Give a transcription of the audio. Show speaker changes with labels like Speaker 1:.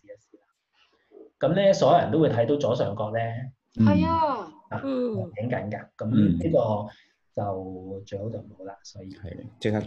Speaker 1: 事啦。咁咧，所有人都會睇到左上角咧
Speaker 2: 係啊，
Speaker 3: 嗯。
Speaker 1: 影緊㗎。咁
Speaker 2: 嗯
Speaker 1: 呢個就最好就唔好啦，所以。
Speaker 2: 係，
Speaker 3: 即刻